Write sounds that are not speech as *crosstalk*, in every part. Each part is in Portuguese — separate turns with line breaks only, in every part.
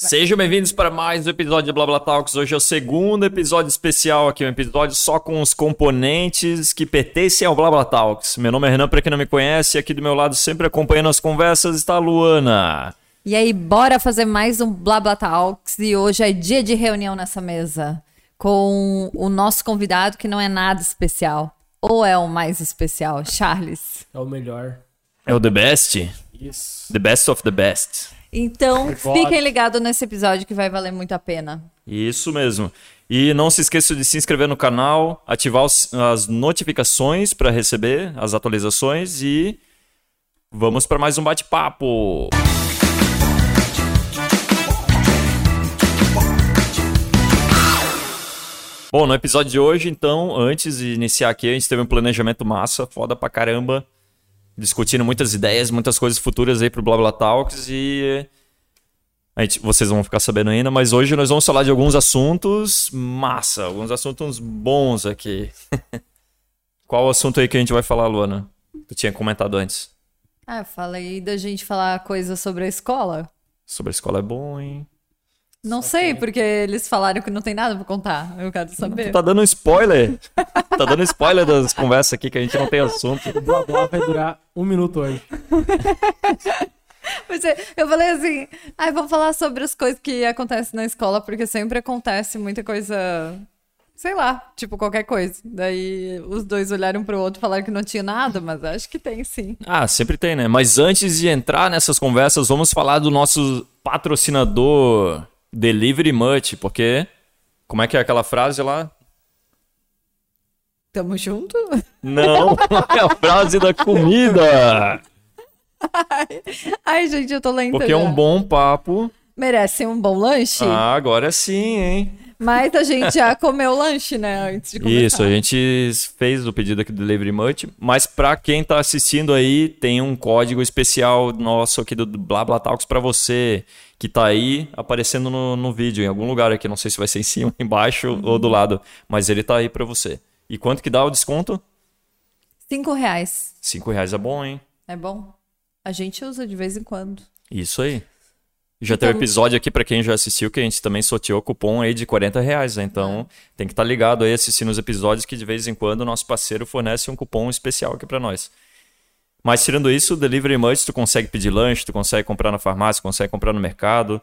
Sejam bem-vindos para mais um episódio de Blá Blá Talks. Hoje é o segundo episódio especial aqui, um episódio só com os componentes que pertencem ao Blá Blá Talks. Meu nome é Renan, para quem não me conhece, e aqui do meu lado, sempre acompanhando as conversas, está a Luana.
E aí, bora fazer mais um Blá Blá Talks. E hoje é dia de reunião nessa mesa com o nosso convidado que não é nada especial. Ou é o mais especial, Charles.
É o melhor.
É o The Best?
Isso.
The Best of the Best.
Então,
Pode.
fiquem ligados nesse episódio que vai valer muito a pena.
Isso mesmo. E não se esqueça de se inscrever no canal, ativar os- as notificações para receber as atualizações e vamos para mais um bate-papo. Bom, no episódio de hoje, então, antes de iniciar aqui, a gente teve um planejamento massa, foda pra caramba, discutindo muitas ideias, muitas coisas futuras aí pro Blá Blá Talks e a gente- vocês vão ficar sabendo ainda, mas hoje nós vamos falar de alguns assuntos massa, alguns assuntos bons aqui. *laughs* Qual o assunto aí que a gente vai falar, Luana? Tu tinha comentado antes.
Ah, eu falei da gente falar coisa sobre a escola.
Sobre a escola é bom, hein?
Não sei, porque eles falaram que não tem nada pra contar. Eu quero
Tu
saber.
tá dando spoiler? tá dando spoiler das conversas aqui que a gente não tem assunto.
O blá blá vai durar um minuto hoje.
Mas é- eu falei assim, ai, vamos falar sobre as coisas que acontecem na escola, porque sempre acontece muita coisa, sei lá, tipo qualquer coisa. Daí os dois olharam pro outro e falaram que não tinha nada, mas acho que tem sim.
Ah, sempre tem, né? Mas antes de entrar nessas conversas, vamos falar do nosso patrocinador Delivery Much, porque como é que é aquela frase lá?
Tamo junto?
Não, *laughs* é a frase da comida.
*laughs* Ai, gente, eu tô lenta
Porque
já.
um bom papo.
Merecem um bom lanche,
Ah, agora sim, hein?
mas a gente já comeu lanche, né, antes de começar.
Isso, a gente fez o pedido aqui do Delivery Much, mas pra quem tá assistindo aí, tem um código especial nosso aqui do BlaBlaTalks pra você, que tá aí aparecendo no, no vídeo, em algum lugar aqui, não sei se vai ser em cima, *laughs* embaixo ou do lado, mas ele tá aí pra você. E quanto que dá o desconto?
Cinco reais,
Cinco reais é bom, hein?
é bom? A gente usa de vez em quando.
Isso aí. Já teve episódio aqui pra quem já assistiu que a gente também sorteou cupom aí de 40 reais, né? Então tem que estar ligado aí assistindo os episódios que de vez em quando o nosso parceiro fornece um cupom especial aqui pra nós. Mas tirando isso, o Delivery Much tu consegue pedir lanche, tu consegue comprar na farmácia, consegue comprar no mercado.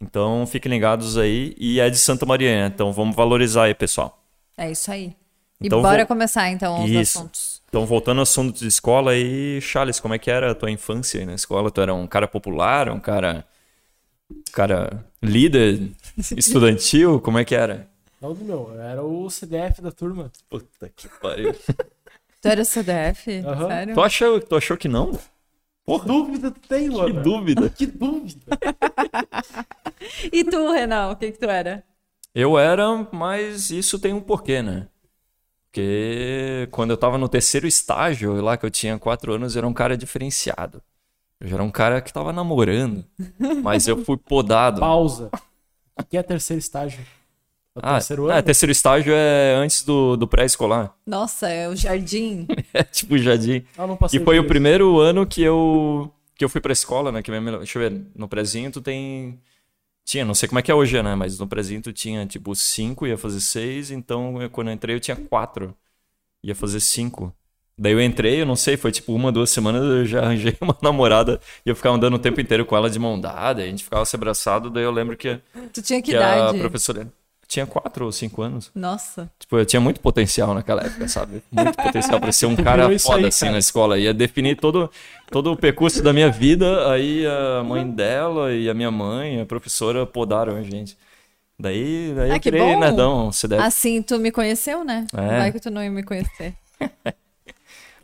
Então fiquem ligados aí e é de Santa Maria, né? então vamos valorizar aí, pessoal.
É isso aí. E
Então
bora
vou-
começar, então, os
Isso.
assuntos.
Então voltando ao assunto de escola aí, Charles, como é que era a tua infância aí na escola? Tu era um cara popular, um cara cara líder estudantil, como é que era?
Não do meu, eu era o CDF da turma.
Puta que pariu.
Tu era CDF?
Aham.
Sério?
Tu achou, tu achou que não?
Que dúvida tu tem,
Que
mano?
dúvida.
Que dúvida.
E tu, Renan, o que que tu era?
Eu era, mas isso tem um porquê, né? Porque quando eu tava no terceiro estágio, lá que eu tinha quatro anos, eu era um cara diferenciado. Eu já era um cara que tava namorando, mas eu fui podado.
Pausa. O que é terceiro estágio? É o
Ah,
terceiro
ah,
ano?
terceiro estágio é antes do, do pré-escolar. *laughs*
Nossa, é o *laughs* jardim.
É tipo jardim.
Ah, não passei
E foi
por
o
isso.
primeiro ano que eu que eu fui pra escola, né? Que minha, melhor- deixa eu ver, no prézinho tu tem. Tinha, não sei como é que é hoje, né? Mas no prézinho tu tinha tipo cinco, ia fazer seis, então eu- quando eu entrei eu tinha quatro. Ia fazer cinco. Daí eu entrei, eu não sei, foi tipo uma, duas semanas, eu já arranjei *laughs* uma namorada e eu ficava andando o tempo inteiro com ela de mão dada, a gente ficava se abraçado, daí eu lembro que,
Tu tinha que
que a
idade?
professora tinha quatro ou cinco anos.
Nossa.
Tipo, eu tinha muito potencial naquela época, sabe? Muito potencial pra
*laughs*
ser um cara
Virou isso
foda
aí,
assim
cara.
na escola. Ia definir todo, todo o percurso da minha vida. Aí a mãe dela e a minha mãe, a professora, podaram a gente. Daí, daí
Ah,
eu
que
virei
bom.
nerdão, se deve.
Assim, tu me conheceu, né?
É.
Vai que tu não ia me conhecer.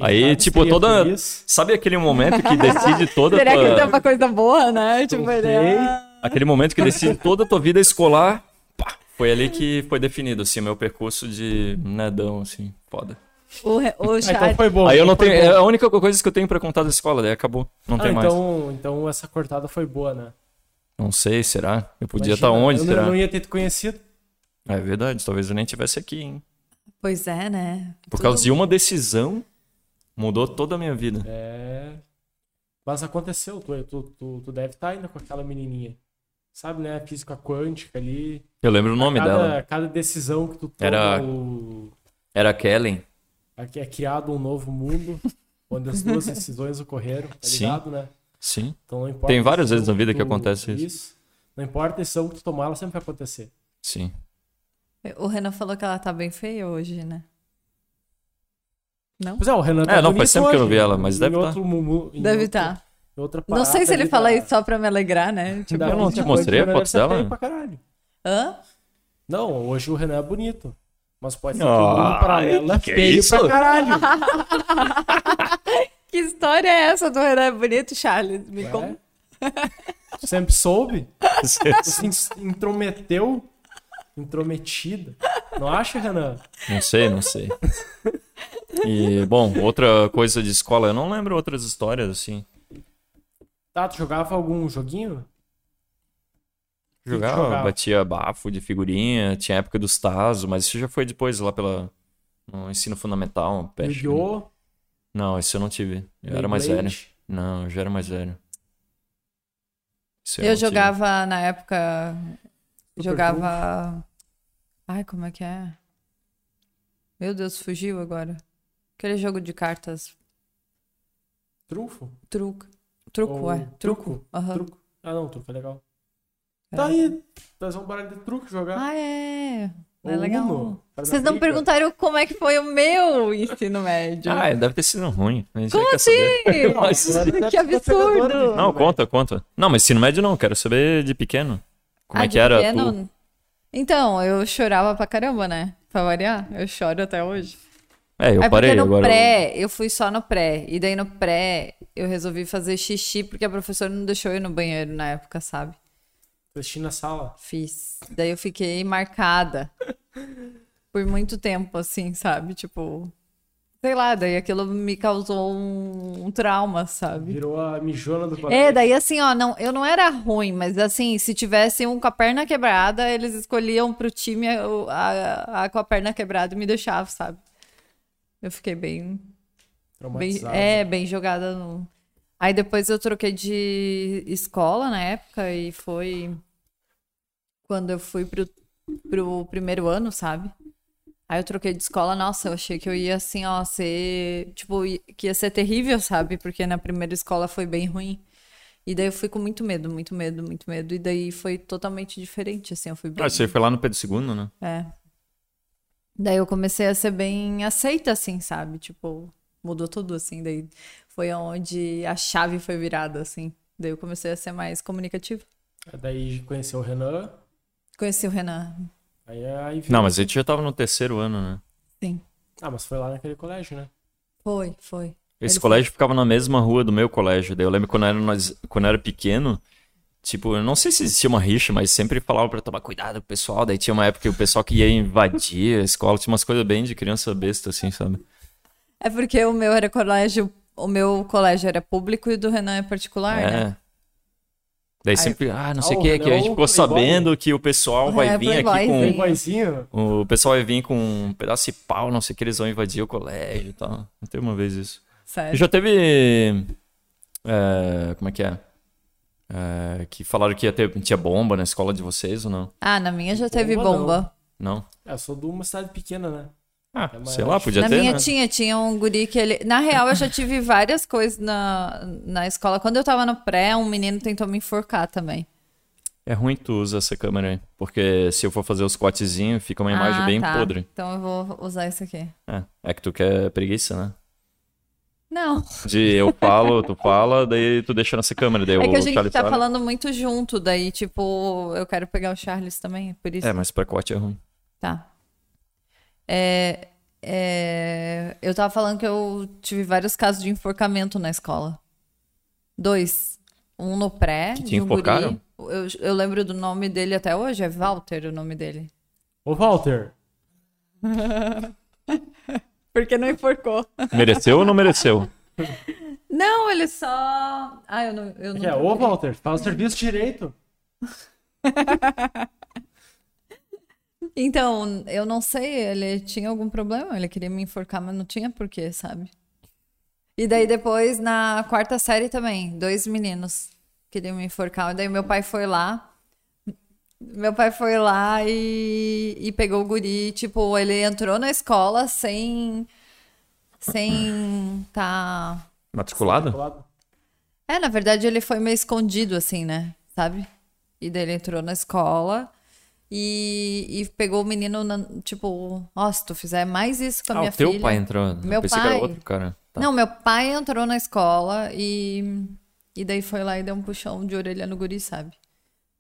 Aí,
Cara,
tipo,
Ah, seria
toda.
feliz.
Sabe aquele momento
*laughs*
que decide toda a
Será que
tua-
ele deu uma coisa boa, né? Tipo, ele
Ah,
é...
Aquele momento que decide toda a tua vida escolar. Pá, foi ali que foi definido, assim, meu percurso de nerdão, assim, foda.
O, re- o
Ah, então
Charles...
foi bom.
Aí eu não
então
tenho.
foi
É
bom.
a única coisa que eu tenho pra contar da escola, daí acabou. Não
Ah,
tem mais.
então, então essa cortada foi boa, né?
Não sei, será? Eu podia estar
Imagina,
onde,
eu não-
será?
não ia ter te conhecido.
É verdade, talvez eu nem estivesse aqui, hein?
Pois é, né?
Por
Tudo-
causa de uma decisão, mudou toda a minha vida.
tá É. Mas aconteceu, tu, tu, tu, tu deve estar ainda com aquela menininha. sabe, né? Física quântica ali.
Eu lembro o nome
cada,
dela. né?
cada decisão que tu toma,
Era-
o-
Era a Kellen.
aqui é criado um novo mundo, *laughs* onde as duas decisões ocorreram, tá
Sim.
ligado, né?
Sim.
Então não importa.
Tem várias
a
vezes na
decisão
vida que
tu-
acontece isso.
Não importa a decisão que tu tomar, ela sempre vai acontecer. *laughs*
Sim.
O Renan falou que ela tá bem feia hoje, né? Não?
Pois é, o Renan tá
É, não, faz
bonito
tempo que eu não
hoje,
vi ela, mas
em
deve tá.
outro mu- mu- em
Deve
outro-
estar.
em outra
Não sei se
parada
ele
ali
fala
da-
isso só pra me alegrar, né? Tipo,
da
Eu não te
física
mostrei a
quântica, o
foto
Renan deve
dela?
tá bem pra caralho.
hã?
Não, hoje o Renan é bonito. Mas pode ser que o Bruno
Ah,
Paralelo é
que
feio
isso?
pra caralho.
*laughs* Que história é essa do Renan Bonito, Charles? Me
Ué?
conta.
Tu sempre soube? Tu se in- intrometeu? Intrometida. Não acha, Renan?
Não sei, não sei. E, bom, outra coisa de escola, eu não lembro outras histórias assim.
Tá, tu jogava algum joguinho? que
Jogava,
jogava?
batia bafo de figurinha, tinha a época dos Tazo, mas isso já foi depois lá pela no ensino fundamental, peste.
Yu-Gi-Oh!
Não, isso eu não tive. Eu era mais velho.
Beyblade?
Não, eu já era mais velho. é Isso
Eu,
não tive.
jogava na época.
Super
jogava. Ai, como é que é? Meu Deus, fugiu agora. Aquele jogo de cartas.
Trunfo?
Truco. Truco,
Ou-
é.
Truco.
Aham.
Truco. Ah, não, truco é legal.
Era.
Tá aí. Nós vamos parar de truco jogar.
Ah, é.
Ou
é legal.
Uno, faz
Vocês
a
não
briga.
perguntaram como é que foi o meu ensino médio.
é,
Ah, deve ter sido ruim. mas
como
quer
assim?
saber. *laughs*
*laughs*
Nossa.
*laughs* que
Você é pegadora de
absurdo.
mim,
Não,
velho.
conta, conta. Não, mas ensino médio não, quero saber de pequeno. Como
Ah,
é que
de
era
pequeno?
tu?
Então, eu chorava pra caramba, né? Pra variar, eu choro até hoje.
É, eu
é
parei
porque no
agora.
pré, eu fui só no pré. E daí no pré, eu resolvi fazer xixi porque a professora não deixou eu ir no banheiro na época, sabe?
Assisti na sala.
Fiz. Daí eu fiquei marcada por muito tempo, assim, sabe? Tipo, sei lá, daí aquilo me causou um, um trauma, sabe?
Virou a mijona do bagulho.
É, daí assim, ó, não, eu não era ruim, mas assim, se tivesse um com a perna quebrada, eles escolhiam pro time o- a, a com a perna quebrada e me deixavam, sabe? Eu fiquei bem, bem
Traumatizado.
é, bem jogada no. Aí depois eu troquei de escola na época e foi quando eu fui pro, pro primeiro ano, sabe? Aí eu troquei de escola, nossa, eu achei que eu ia assim, ó, ser, tipo, i- que ia ser terrível, sabe? Porque na primeira escola foi bem ruim. E daí eu fui com muito medo, muito medo, muito medo. E daí foi totalmente diferente, assim, eu fui bem.
Ah, você foi lá no Pedro II, né?
É. Daí eu comecei a ser bem aceita, assim, sabe? Tipo, mudou tudo, assim. Daí foi onde a chave foi virada, assim. Daí eu comecei a ser mais comunicativa.
Daí conheceu o Renan.
Conheci o Renan.
Aí, é, aí viu.
Não, mas a gente já tava no terceiro ano, né?
Sim.
Ah, mas foi lá naquele colégio, né?
Foi, foi.
Esse
Ele
colégio ficava na mesma rua do meu colégio. Daí eu lembro quando era, nós, quando era pequeno, tipo, eu não sei se existia uma rixa, mas sempre falava pra tomar cuidado com o pessoal. Daí tinha uma época que o pessoal que ia invadir a escola, tinha umas coisas bem de criança besta, assim, sabe?
É porque o meu era colégio. O meu colégio era público e o do Renan é particular, né?
É. Daí sempre, ah, não sei
Ah,
o
o
que, é que a gente
Renan
ficou
Playboy.
sabendo que o pessoal vai
É,
vir aqui
Playboyzinho.
com.
um Playboyzinho.
O pessoal vai vir com um pedaço de pau, não sei o que, eles vão invadir o colégio e tal. Não tem uma vez isso.
Sério.
Já teve. é, como é que é? É, que falaram que ia ter, tinha bomba na escola de vocês ou não?
Ah, na minha já teve
Bomba,
bomba.
Não?
É, eu sou de uma cidade pequena, né?
Ah,
É, mas
sei lá,
acho-
podia
na
ter.
minha
né?
tinha, tinha um guri que ele. Na real, eu já tive várias coisas na, na escola. Quando eu tava no pré, um menino tentou me enforcar também.
É ruim que tu usa essa câmera aí. Porque se eu for fazer os cortezinhos, fica uma imagem
Ah,
bem
tá.
podre.
Então eu vou usar isso aqui.
É, é que tu quer preguiça, né?
Não,
De eu falo, tu fala, daí tu deixa nessa câmera, daí
é
o
que a gente
Charlie
tá
fala.
falando muito junto, daí, tipo, eu quero pegar o Charles também, por isso.
É, mas pra corte é ruim.
Tá. É, é, eu tava falando que eu tive vários casos de enforcamento na escola. Dois. Um no pré,
Que te
de um guri.
enforcaram?
Eu, eu lembro do nome dele até hoje, é Walter o nome dele.
Ô, Walter.
Porque não enforcou.
Mereceu ou não mereceu?
Não, ele só. Ah, eu não. Eu não
É, ô, Walter, faz o serviço direito.
Então, eu não sei, ele tinha algum problema, ele queria me enforcar, mas não tinha porquê, sabe? E daí depois, na quarta série também, dois meninos queriam me enforcar, e daí meu pai foi lá, Meu pai foi lá e, e pegou o guri, tipo, ele entrou na escola sem. Sem tá.
Matriculado?
É, na verdade ele foi meio escondido, assim, né? Sabe? E daí ele entrou na escola e, e pegou o menino, na- tipo, ó, se tu fizer mais isso com a
Ah,
minha
o teu
filha.
pai entrou.
Meu
Eu pensei que era
pai.
outro cara. Tá.
Não, meu pai entrou na escola e, e daí foi lá e deu um puxão de orelha no guri, sabe?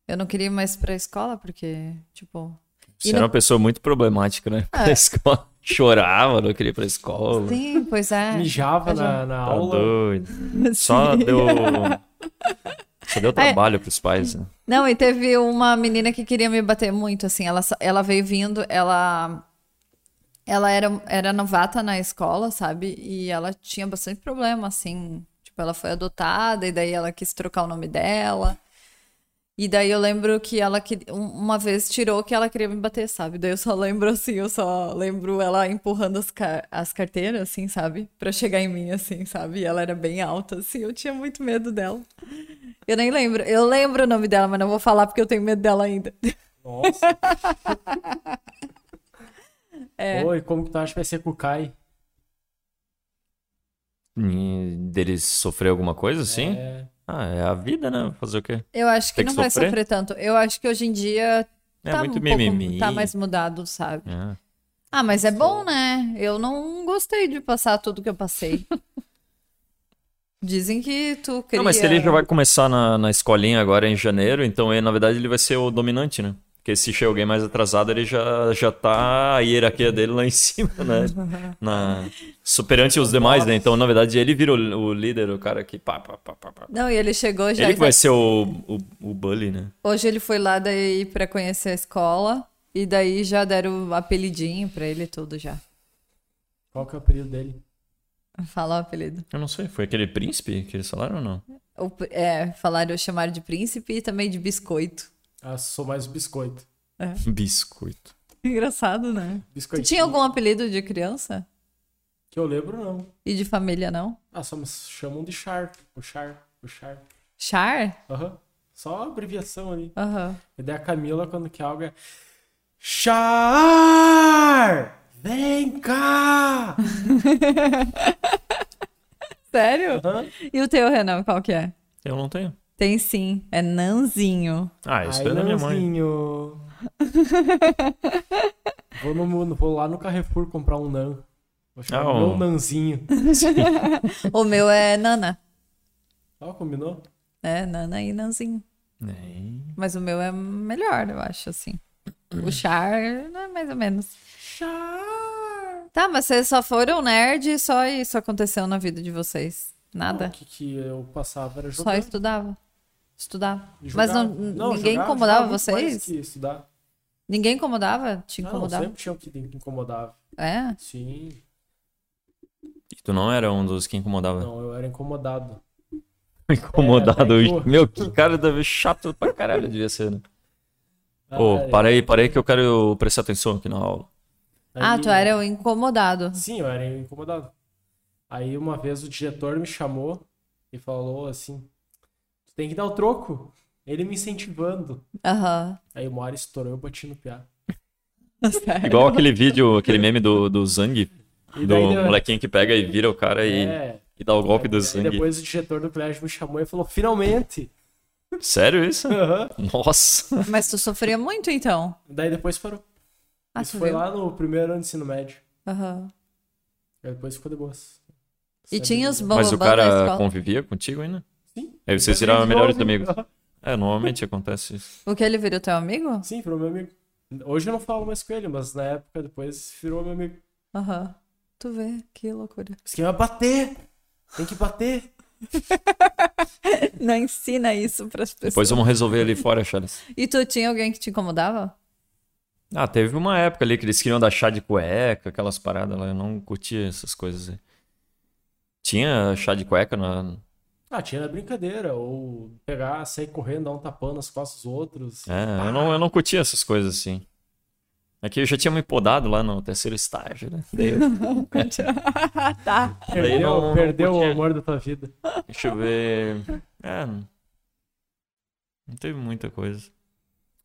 Eu não queria ir mais pra escola, porque, tipo.
Você
e
era
no-
uma pessoa muito problemática, né? Na escola. Chorava, não queria ir pra escola.
É. Sim,
*laughs*
pois é.
Mijava na, na
Tá
aula.
doido. Só deu. Só
É.
deu trabalho pros pais. Né?
Não, e teve uma menina que queria me bater muito, assim. Ela, só- ela veio vindo, ela. Ela era, era novata na escola, sabe? E ela tinha bastante problema, assim. Tipo, ela foi adotada, e daí ela quis trocar o nome dela. E daí eu lembro que ela que, um- uma vez tirou que ela queria me bater, sabe? Daí eu só lembro assim, eu só lembro ela empurrando as, ca- as carteiras, assim, sabe? Pra chegar em mim, assim, sabe? E ela era bem alta, assim, eu tinha muito medo dela. Eu nem lembro. Eu lembro o nome dela, mas não vou falar porque eu tenho medo dela ainda. *laughs*
Nossa.
É.
Oi, como que tu acha que vai ser com o Kai?
E Deles sofrer alguma coisa, assim?
É,
Ah, é a vida, né? Fazer o quê?
Eu acho que
Tem que
não vai
sofrer?
sofrer tanto. Eu acho que hoje em dia
É
tá
muito
um
mimimi.
pouco tá mais mudado, sabe?
É.
Ah, mas é bom, né? Eu não gostei de passar tudo que
*laughs*
eu passei. Dizem que tu queria...
Não, mas ele já vai começar na, na escolinha agora em janeiro, então ele, na verdade ele vai ser o dominante, né? Porque se chega alguém mais atrasado, ele já, já tá a hierarquia dele lá em *laughs* cima, né? Na, superante os demais, né? Então, na verdade, ele vira o, o líder, o cara que pá, pá, pá, pá, pá.
Não, e ele chegou já. tá.
Ele
e
que vai ser o, o, o bully, né?
Hoje ele foi lá daí pra conhecer a escola. E daí já deram o apelidinho pra ele e tudo já.
qual que é o período dele?
Fala o apelido.
Eu não sei, foi aquele príncipe que eles falaram ou não?
O- é, falaram, chamaram de príncipe e também de biscoito. *laughs*
Ah, sou mais o biscoito.
Biscoito.
Engraçado, né? Tu
Biscoitinho.
tinha algum apelido de criança?
Que eu lembro, não.
E de família, não?
Ah, só me chamam de Char. O Char, o Char.
Char?
Aham. Só uma abreviação ali.
Aham.
E daí a Camila, quando que algo é. Char! Vem cá!
Sério?
Hã?
E o teu, Renan, qual que é?
Eu não tenho.
Tem sim, é Nanzinho.
Ah, isso daí é da minha mãe. *laughs*
Nãozinho. vou, no, mu- vou lá no Carrefour comprar um nan. Vou chamar
Ah,
meu
um-
nanzinho.
O meu é Nana.
Ó, combinou?
É, Nana e Nanzinho.
É.
Mas o meu é melhor, eu acho, assim. O Char, né, mais ou menos. Char! Tá, mas vocês só foram nerd e só isso aconteceu na vida de vocês?
O
Nada?
que, que eu passava era
Só
jogar.
estudava? Estudava.
jogar.
Mas não, ninguém
jogar-
incomodava
jogava muito mais
vocês?
que estudar.
Ninguém incomodava? Te
Ah, não,
incomodava?
sempre tinha o que incomodava.
é?
Sim.
E tu não era um dos que incomodava.
Não, eu era incomodado.
*laughs* Incomodado.
É, até que eu-
Meu, que cara deve chato pra caralho devia ser, né?
Ah,
Ô,
é,
para aí, para aí que eu quero prestar atenção aqui na aula.
Ah,
aí-
tu era o incomodado.
Sim, eu era incomodado. Aí uma vez o diretor me chamou e falou assim: Tu tem que dar o troco. Ele me incentivando. *laughs*
Aham.
Aí uma hora estourou, eu bati no piá.
Sério.
Igual
*laughs*
aquele vídeo, aquele meme do, do Zang,
E
do
daí, né,
molequinho que pega e vira o cara e,
é,
e dá o golpe do
aí
Zang.
depois o diretor do colégio me chamou e falou: Finalmente!
Sério isso?
Aham.
Nossa.
Mas tu sofria muito, então?
Daí depois parou.
Ah,
Isso
tu
foi
viu?
lá no primeiro ano do ensino médio.
Aham.
Aí depois ficou de boas. é
E tinha os
Mas
bambambam
o
na
cara
escola.
convivia contigo ainda?
Sim.
Aí vocês viraram melhores amigos. É, normalmente acontece isso.
O que ele virou teu amigo?
*laughs* Sim, virou meu amigo. Hoje eu não falo mais com ele, mas na época depois virou meu amigo.
Aham. Tu vê, que
*laughs*
loucura.
Isso aqui vai bater! Tem que bater!
Não ensina isso pras pessoas.
Depois vamos resolver ali fora, Charles.
E tu tinha alguém que te incomodava?
Ah, teve uma época ali que eles queriam dar chá de cueca, aquelas paradas lá. Eu não curtia essas coisas aí. Tinha chá de cueca na.
Ah, tinha na brincadeira, ou pegar, sair correndo, dar um tapão nas costas dos outros.
É, eu não, eu não curtia essas coisas assim. É que eu já tinha me podado lá no terceiro estágio, né? Daí
*laughs*
eu- *laughs*
Ah,
tá.
Daí
Perdeu,
não- não
perdeu o
podia.
amor da tua vida.
Deixa eu ver. É. Não não teve muita coisa.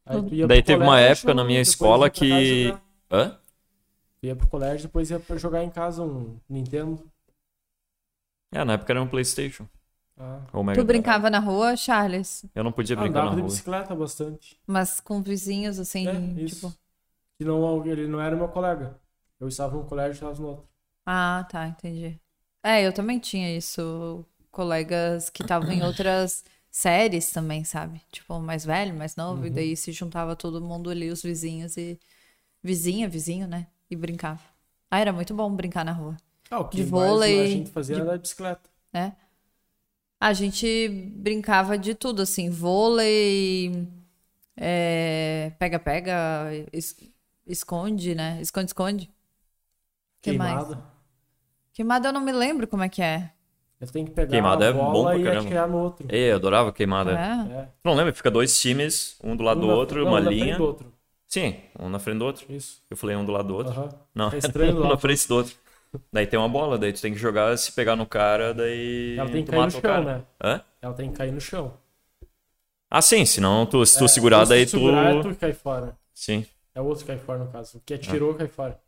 Aí tu ia
Daí
pro
teve uma
colégio,
época na minha
depois
escola
ia pra casa
que-
jogar.
Hã?
Tu ia pro colégio, depois ia pra jogar em casa um Nintendo.
É, na época era um PlayStation.
Ah,
Ou Mega
Tu
Drive.
brincava na rua, Charles,
Eu não podia brincar na
andava de
rua.
bicicleta bastante.
mas com vizinhos, assim,
é, isso.
tipo...
Que não, ele não era meu colega. Eu estava num colégio e estava no outro.
Ah, tá, entendi. É, eu também tinha isso. Colegas que estavam em outras séries também, sabe? Tipo, mais velho, mais novo, e daí se juntava todo mundo ali, os vizinhos e. Vizinha, vizinho, né? E brincava. Ah, era muito bom brincar na rua,
Ah, o que
De
mais
vôlei,
a gente fazia
de-
era de bicicleta.
né? A gente brincava de tudo, assim, vôlei, é, pega-pega, es- esconde, né? Esconde-esconde. Que mais?
Queimada.
Queimada eu não me lembro como é que é.
Eu tenho que pegar
Queimada
a
é bom
bola
pra
e
caramba.
atirar no outro.
Ei, eu adorava queimada.
É?
É.
Tu Não lembra? Fica dois times, um do lado
Um
do
na-
outro,
não,
uma
um na frente
linha.
do outro.
Sim, um na frente do outro.
Isso.
Eu falei um do lado do outro.
Aham.
Não, *laughs*
É estranho do
um na
lado.
frente do outro. Daí tem uma bola, daí tu tem que jogar, se pegar no cara, daí
Ela tem que
tu
cair no
mata o cara.
chão, né?
Hã?
Ela tem que cair no chão.
Ah, sim, senão tu, se tu
É,
segurar,
se
daí tu...
segurar, é tu que cai fora.
Sim.
É o outro que cai fora, no caso. O que
Ah.
atirou cai fora.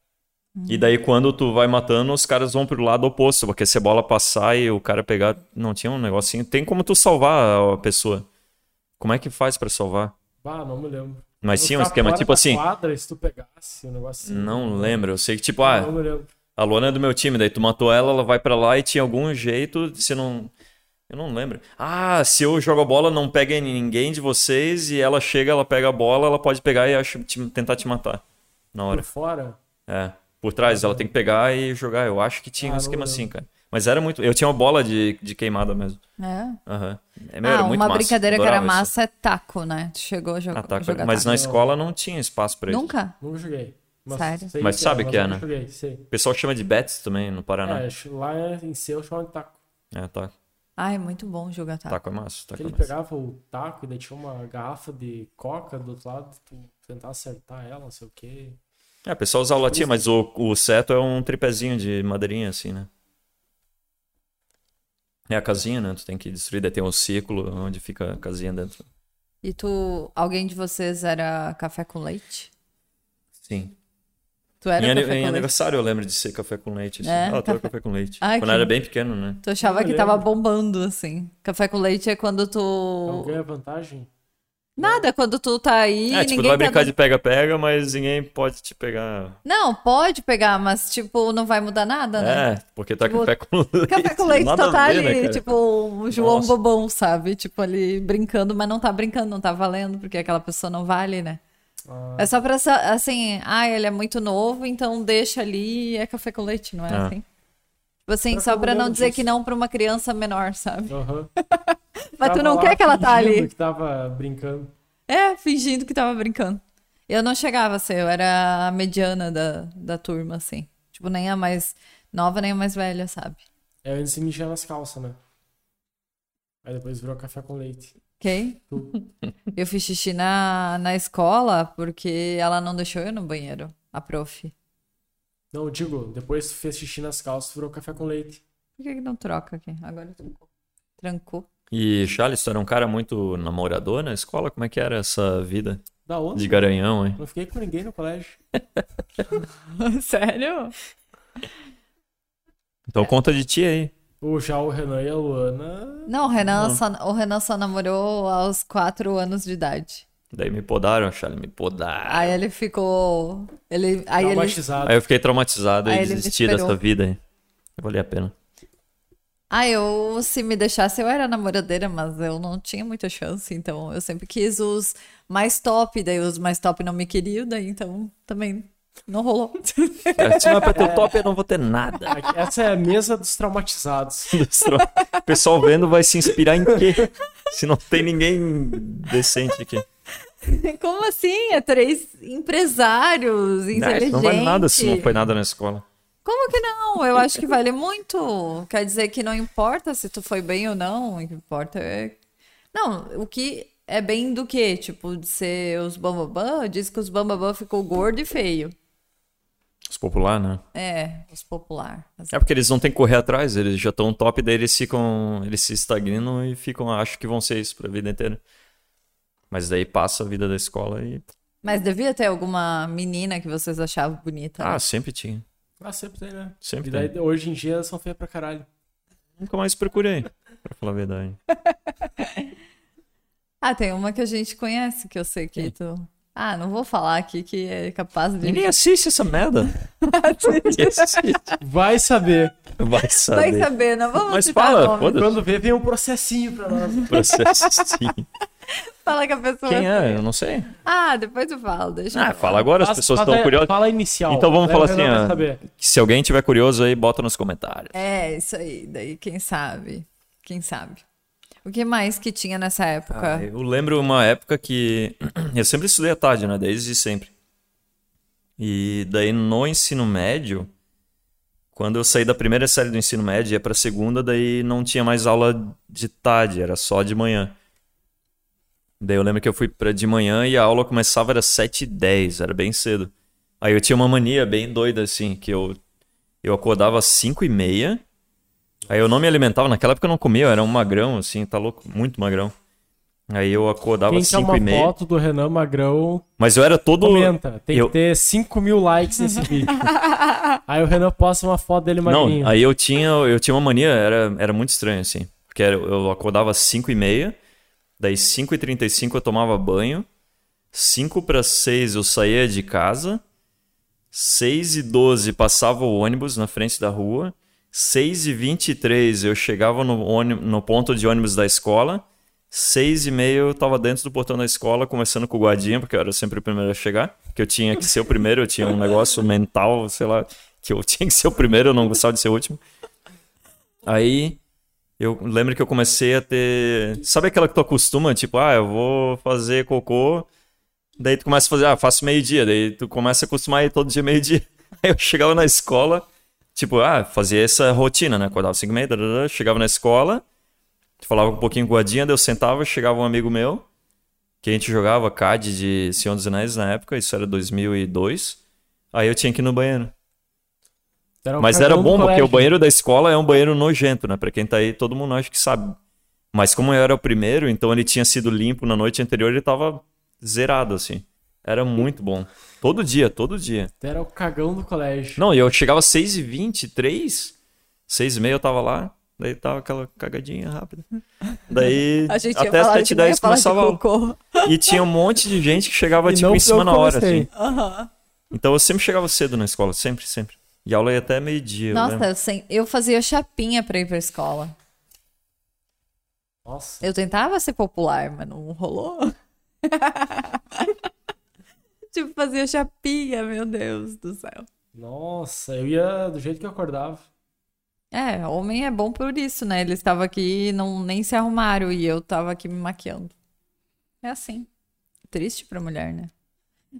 Hum.
E daí quando tu vai matando, os caras vão pro lado oposto, porque se a bola passar e o cara pegar... Não tinha um negocinho... Tem como tu salvar a pessoa. Como é que faz pra salvar?
Ah, não me lembro.
Mas
Vou
tinha um
ficar
esquema,
fora
tipo
da
assim...
Quadra, se tu pegasse o negócio. assim.
Não lembro, eu sei que tipo, ah,
Não me lembro.
A Luana é do meu time, daí tu matou ela, ela vai pra lá e tinha algum jeito, se não. Eu não lembro. Ah, se eu jogo a bola, não pega em ninguém de vocês e ela chega, ela pega a bola, ela pode pegar e acho, te- tentar te matar na
Por
hora.
fora.
É. Por trás, ela tem que pegar e jogar. Eu acho que tinha um
Ah,
esquema
não lembro.
assim, cara. Mas era muito. Eu tinha uma bola de, de queimada mesmo.
É.
Aham. É, meu,
Ah,
era
uma
muito massa.
brincadeira que era
Adorava isso.
massa é taco, né? Tu chegou a jogar,
Ah, tá, cara.
jogar
Mas
taco.
na escola não tinha espaço pra isso.
Nunca?
Nunca joguei.
Sério?
sei
Mas sabe
é,
que é,
nunca
né? Ah,
Joguei, sei.
O pessoal chama de bets também no Paraná.
É, acho- lá em seu chama de taco.
É, tá.
Ah, é muito bom jogar taco.
Taco é massa. Taco
Que
é
ele
massa.
pegava o taco e daí tinha uma garrafa de coca do outro lado, tu tentar acertar ela, não sei o quê.
É, o pessoal usa o latinha, mas o, o seto é um tripézinho de madeirinha, assim, né? É a casinha, né? Tu tem que destruir, daí tem um círculo onde fica a casinha dentro.
E tu, alguém de vocês era café com leite?
Sim.
Tu era
Em, ani-
café
em
com leite?
aniversário eu lembro de ser café com leite. Assim.
É,
ah, eu adoro
café-
café com leite.
Ai,
Quando
que-
eu era bem pequeno, né?
Tu achava
Eu
que tava bombando, assim. Café com leite é quando
Então
tu...
ganha vantagem?
Nada, quando tu tá aí,
é, tipo, tu
ninguém
vai
tá...
brincar de pega-pega, mas ninguém pode te pegar.
Não, pode pegar, mas, tipo, não vai mudar nada, né?
É, porque tá
Tipo,
café com leite.
*laughs* Café
*laughs*
com leite
nada
só tá
a ver,
ali,
né, cara?
tipo, o João
Nossa.
Bobão, sabe? Tipo, ali brincando, mas não tá brincando, não tá valendo, porque aquela pessoa não vale, né?
Ah,
É só pra, sa- assim, ah, ele é muito novo, então deixa ali e é café com leite, não é
Ah.
assim? Tipo assim,
Pior que
só
eu
pra
não
não
lembro
dizer
disso.
que não pra uma criança menor, sabe?
aham.
Mas tu
Tava
não
lá
quer que ela tá
fingindo
ali.
que tava brincando.
É, fingindo que tava brincando. Eu não chegava a ser, eu era a mediana da, da turma, assim. Tipo, nem a mais nova, nem a mais velha, sabe?
É antes de mijar nas calças, né? Aí depois virou café com leite.
Ok? Eu fiz xixi na, na escola porque ela não deixou eu no banheiro, a prof.
Não, eu digo, depois tu fez xixi nas calças, virou café com leite.
Por que, que não troca aqui? Agora trancou. Trancou.
E, Charles, tu era um cara muito namorador na escola? Como é que era essa vida
Da onde?
de garanhão, hein?
Não fiquei com ninguém no colégio.
*laughs* Sério?
Então
É.
conta de ti aí.
O já o Renan e a Luana.
Não, o Renan,
Não.
Só, o Renan só namorou aos 4 anos de idade.
Daí me podaram, Charlie, me podaram.
Aí ele ficou. Ele, aí ele,
Traumatizado.
Aí eu fiquei traumatizado
Aí
e
ele me
desisti
esperou.
dessa vida aí. Não Valia a pena.
ah, eu, se me deixasse, eu era namoradeira, mas eu não tinha muita chance. Então eu sempre quis os mais top. Daí os mais top não me queriam, daí então também não rolou. *laughs*
Se não é pra ter o top, eu não vou ter nada.
Aqui- Essa é a mesa dos traumatizados.
O pessoal vendo vai se inspirar em quê? Se não tem ninguém decente aqui.
Como assim? É três empresários
Ah,
inteligentes.
isso não vale nada se não foi nada na escola.
Como que não? Eu acho que vale muito. Quer dizer que não importa se tu foi bem ou não, o que importa é. Não, o que é bem do que? Tipo, de ser os bambambam, diz que os bambambam ficou gordo e feio.
Os popular, né?
É, os popular. Mas-
É porque eles não têm que correr atrás, eles já estão top, daí eles ficam. Eles se estagnam e ficam, acham que vão ser isso pra vida inteira. Mas daí passa a vida da escola e.
Mas devia ter alguma menina que vocês achavam bonita. né?
Ah, sempre tinha.
Ah, sempre tem, né?
Sempre
E daí,
tem.
hoje em dia, elas são feias pra caralho.
Nunca mais procurei, pra falar a verdade.
Ah, tem uma que a gente conhece, que eu sei que
Quem?
tu. Ah, não vou falar aqui que é capaz de.
Ninguém assiste essa merda. *laughs* Ninguém assiste.
Vai saber.
Vai saber.
Vai saber, não vamos
Mas
citar
fala,
nome.
foda-se.
Quando vê, vem um processinho pra nós.
Processo, sim.
Fala que a pessoa.
Quem é? Eu não sei.
Ah, depois eu falo, deixa eu
Ah, fala agora, as
Faz-
pessoas
faz
estão
a-
curiosas.
Fala inicial.
Então vamos
Daí o
falar assim,
Renan vai
ah,
saber.
Se alguém tiver curioso aí, bota nos comentários.
É, isso aí. Daí, quem sabe? Quem sabe? O que mais que tinha nessa época?
Ah, eu lembro uma época que *clears throat* eu sempre estudei à tarde, né? Desde sempre. E daí no ensino médio, quando eu saí da primeira série do ensino médio e ia pra segunda, daí não tinha mais aula de tarde, era só de manhã. Daí eu lembro que eu fui pra de manhã e a aula começava era 7h10, era bem cedo. Aí eu tinha uma mania bem doida, assim, que eu, eu acordava às 5h30, aí eu não me alimentava, naquela época eu não comia, eu era um magrão, assim, tá louco, muito magrão. Aí eu acordava
Quem
às
quer uma
5h30,
foto do Renan Magrão,
mas eu era todo...
comenta. Tem
eu-
que ter 5 mil likes nesse
Uhum. *laughs*
vídeo. aí o Renan posta uma foto dele magrinho.
Não, aí eu tinha, eu tinha uma mania, era, era muito estranho, assim. Porque era- eu acordava às 5 e meia, daí 5 e 35 eu tomava banho, 5 para 6 eu saía de casa, 6 e 12 passava o ônibus na frente da rua, 6 e 23 eu chegava no, ônibus, no ponto de ônibus da escola, 6 e meia eu tava dentro do portão da escola, conversando com o guardinha, porque eu era sempre o primeiro a chegar, que eu tinha que ser o primeiro, eu tinha um negócio mental, sei lá, que eu *laughs* tinha que ser o primeiro, eu não gostava de ser o último. Aí eu lembro que eu comecei a ter. Sabe aquela que tu acostuma? Tipo, ah, eu vou fazer cocô. Daí tu começa a fazer, ah, faço meio-dia. Daí tu começa a acostumar aí todo dia meio-dia. *laughs* Aí eu chegava na escola, tipo, ah, fazia essa rotina, né? Acordava 5 e meia, dadadá, chegava na escola, falava um pouquinho com o Guadinha, daí eu sentava, chegava um amigo meu, que a gente jogava CAD de Senhor dos Anéis na época, isso era 2002. Aí eu tinha que ir no banheiro.
Era É o
Mas
Magrão
era
do
bom, porque
colégio.
o banheiro da escola é um banheiro nojento, né? Pra quem tá aí, todo mundo acho que sabe. Mas como eu era o primeiro, então ele tinha sido limpo na noite anterior, ele tava zerado, assim. Era muito bom. Todo dia, todo dia.
Era o cagão do colégio.
Não, e eu chegava às 6h20, 3, 6 e meia eu tava lá, daí tava aquela cagadinha rápida.
*laughs*
Daí
A gente ia
até às
falar que não ia
7h10
falar
começava... a
de
aula.
cocô.
E tinha um monte de gente que chegava,
*laughs* E
tipo,
não
em cima
eu
na hora,
comecei.
assim. Então eu sempre chegava cedo na escola, sempre, sempre. E a aula ia até meio-dia, eu
Nossa,
lembro.
eu, sem- eu fazia chapinha pra ir pra escola.
Nossa.
Eu tentava ser popular, mas não rolou. *laughs* tipo, fazia chapinha, meu Deus do céu.
Nossa, eu ia do jeito que eu acordava.
É, homem é bom por isso, né? Eles estavam aqui e não, nem se arrumaram e eu tava aqui me maquiando. É assim. Triste pra mulher, né?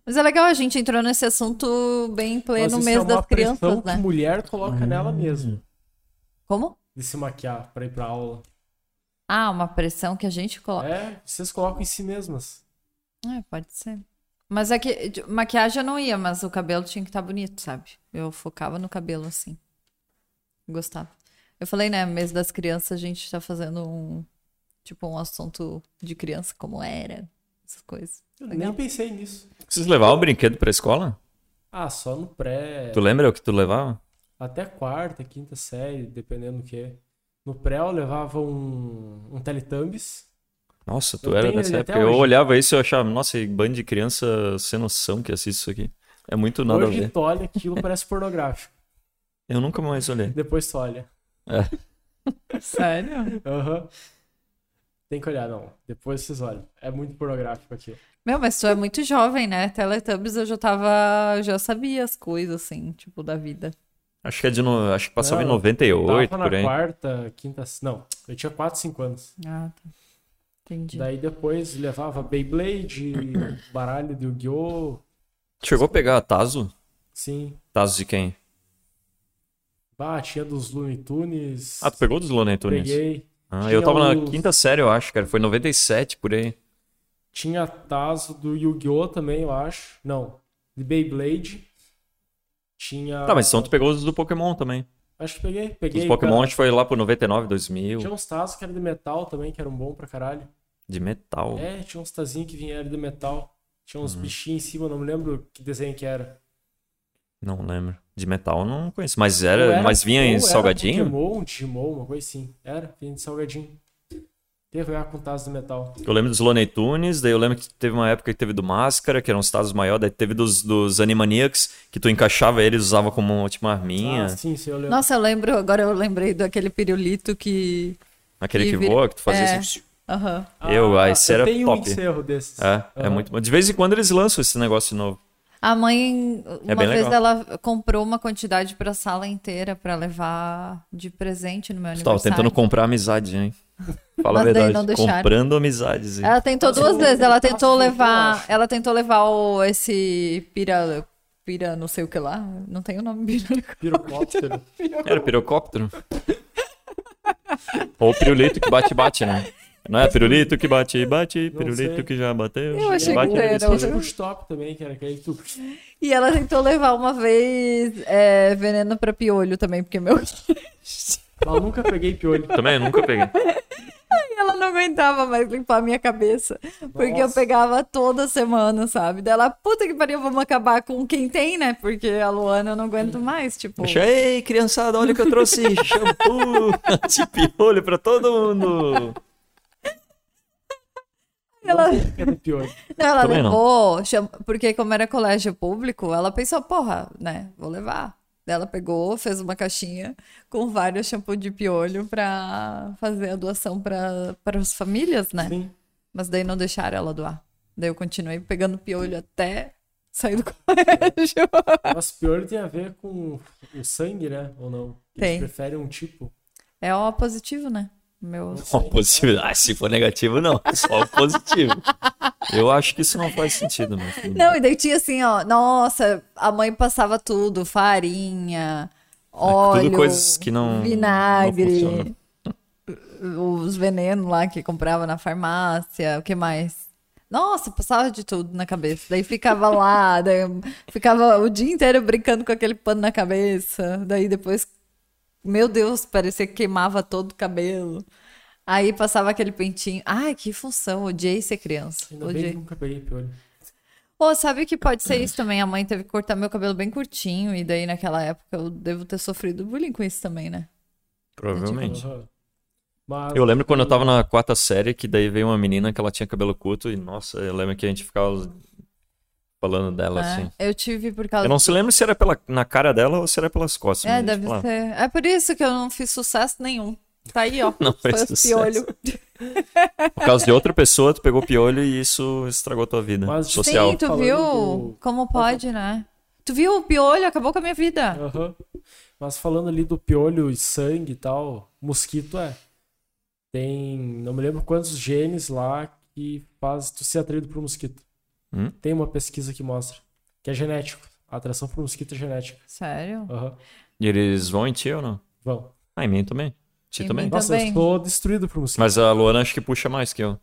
Mas é legal, a gente entrou nesse assunto bem em
Mas
pleno
isso
mês
é uma
das crianças,
pressão que
né?
mulher coloca
Hum.
nela mesmo.
Como?
De se maquiar pra ir pra aula.
Ah, uma pressão que a gente coloca.
É, vocês colocam em si mesmas.
É, pode ser. Mas é que de- maquiagem eu não ia, mas o cabelo tinha que estar bonito, sabe? Eu focava no cabelo assim. Gostava. Eu falei, né? Mês das crianças, a gente tá fazendo um. Tipo, um assunto de criança, como era, essas coisas.
Eu
Legal.
nem pensei nisso.
Vocês levavam brinquedo pra escola?
Ah, só no pré.
Tu lembra o que tu levava?
Até quarta, quinta série, dependendo do que. No pré eu levava um, um Teletubbies.
Nossa, tu
Eu
era
tenho
dessa
ele até
época. Eu
hoje.
olhava isso e eu achava, nossa, que bando de criança sem noção que assiste isso aqui. É muito nada a
Hoje
ver.
tu olha aquilo, parece pornográfico.
Eu nunca mais olhei.
Depois tu olha.
Sério?
Aham. Tem que olhar, não. Depois vocês olham. É muito pornográfico aquilo.
Meu, mas tu é muito jovem, né? Teletubbies eu já tava. Já sabia as coisas, assim, tipo, da vida.
Acho que é de no... Acho que passava em
Não,
98,
Tava
por
na
aí.
quarta, quinta. Não, eu tinha 4, 5 anos.
Ah, tá. Entendi.
Daí depois levava Beyblade, baralho de Yu-Gi-Oh!
Chegou a pegar a Tazo?
Sim.
Tazo de quem?
Bah, tinha dos Looney Tunes.
Ah, tu pegou dos Looney Tunes?
Peguei.
Ah,
Tinha
eu tava na
os-
quinta série, eu acho, cara. Foi 97, por aí.
Tinha Tazo do Yu-Gi-Oh! também, eu acho. Não. De Beyblade. Tinha.
Tá, mas então tu pegou os do Pokémon também.
Acho que peguei.
Os
Peguei.
Pokémon
cara. um-
acho que foi lá pro 99, 2000.
Tinha uns Tazos que era de metal também, que eram um bom pra caralho.
De metal.
É, tinha uns tazinhos que vieram do metal. Tinha
Uhum.
uns bichinhos em cima, não me lembro que desenho que era.
Não lembro. De metal eu não conheço. Mas
Ou
era, mas vinha
ou
em
era
salgadinho?
Pokémon, um Digimon, uma coisa assim. Era, vinha de salgadinho. Teve lá com taz do metal.
Eu lembro dos Looney Tunes, daí eu lembro que teve uma época que teve do Máscara, que eram os estados maiores, daí teve dos, dos Animaniacs, que tu encaixava eles, usava como tipo uma arminha.
Ah, sim, sim, eu lembro.
Nossa, eu lembro, agora eu lembrei daquele pirulito que.
Aquele
E
que
vira-
voa, que tu fazia
é.
assim.
Aham.
Ah,
eu, ah, esse era
tenho um
top.
encerro desses.
É, é
Aham. *laughs*
muito bom. De vez em quando eles lançam esse negócio novo.
A mãe, uma
É bem
vez
legal.
ela comprou uma quantidade pra sala inteira pra levar de presente no meu
Tu
aniversário.
tava tentando comprar amizade,
*laughs*
hein? Fala a
Mas daí
verdade.
não deixaram. Ah.
Comprando amizades. hein?
Ela tentou
Nossa,
duas
eu-
vezes, ela
nossa,
tentou
eu
levar,
acho.
ela tentou levar o, esse pira, pira não sei o que lá, não tem o nome *laughs* pira.
Pirocóptero.
Era pirocóptero? Ou pirulito que bate-bate, né? Não é pirulito que bate, bate,
Não
pirulito
sei.
que já bateu.
Eu achei
bate,
que era
biscoito.
outro.
push um tipo top também, que era aquele que tu...
E ela tentou levar uma vez é, veneno pra piolho também, porque meu. *laughs*
Mas eu nunca peguei piolho.
Também, nunca peguei.
E ela não aguentava mais limpar a minha cabeça. Porque eu
Nossa.
pegava toda semana, sabe? Daí ela, puta que pariu, vamos acabar com quem tem, né? Porque a Luana eu não aguento mais, tipo.
Ei, criançada, olha o que eu trouxe. *laughs* Shampoo de piolho *laughs* pra todo mundo.
*laughs* Ela,
Era piolho.
não, ela
Também não.
levou, cham- porque como era colégio público, ela pensou, porra, né? Vou levar. Daí Ela pegou, fez uma caixinha com vários shampoos de piolho pra fazer a doação pra, para as famílias, né?
Sim.
Mas daí não deixaram ela doar. Daí eu continuei pegando piolho até sair do *laughs* colégio.
Mas piolho tem a ver com o sangue, né? Ou não?
Tem.
Eles preferem um tipo.
É o positivo, né? Meu.
Só o positivo. Ah, se for negativo, não. Só o positivo. Eu acho que isso não faz sentido, meu filho.
Não, e daí tinha assim, ó. Nossa, a mãe passava tudo: farinha, óleo,
É, coisas que não- não
vinagre,
funcionam.
os venenos lá que comprava na farmácia, o que mais? Nossa, passava de tudo na cabeça. Daí ficava lá, *laughs* daí eu ficava o dia inteiro brincando com aquele pano na cabeça. Daí depois, meu Deus, parecia que queimava todo o cabelo. Aí passava aquele pentinho. Ai, que função, odiei ser criança.
Ainda bem
Odiei.
que nunca peguei piolho.
Pô, sabe que pode ser isso também? A mãe teve que cortar meu cabelo bem curtinho, e daí naquela época eu devo ter sofrido bullying com isso também, né?
Provavelmente.
Aham. Mas
Eu lembro quando eu tava na quarta série, que daí veio uma menina que ela tinha cabelo curto, e nossa, eu lembro que a gente ficava falando dela
É,
assim.
Eu tive por causa.
Eu não se lembro se era pela, na cara dela ou se era pelas costas.
É,
mas,
deve
tipo, lá,
ser. É por isso que eu não fiz sucesso nenhum. Tá aí,
*laughs*
ó.
Não
Foi
fez
o
sucesso.
piolho.
Por causa de outra pessoa, tu pegou piolho e isso estragou tua vida
Mas-
social.
Sim, tu
Falando
viu
do-
como pode, né? Tu viu o piolho? Acabou com a minha vida.
Aham. Mas falando ali do piolho e sangue e tal, mosquito é. Tem, não me lembro quantos genes lá que faz tu ser atraído por mosquito.
Hum?
Tem uma pesquisa que mostra que é genético. A atração por mosquito é genética.
Sério?
Aham.
E eles vão em ti ou não?
Vão.
Ah, em mim também. Ti
Em
também.
mim
Nossa,
Também.
eu sou destruído por mosquito.
Mas a Luana acho que puxa mais que eu.
Sim,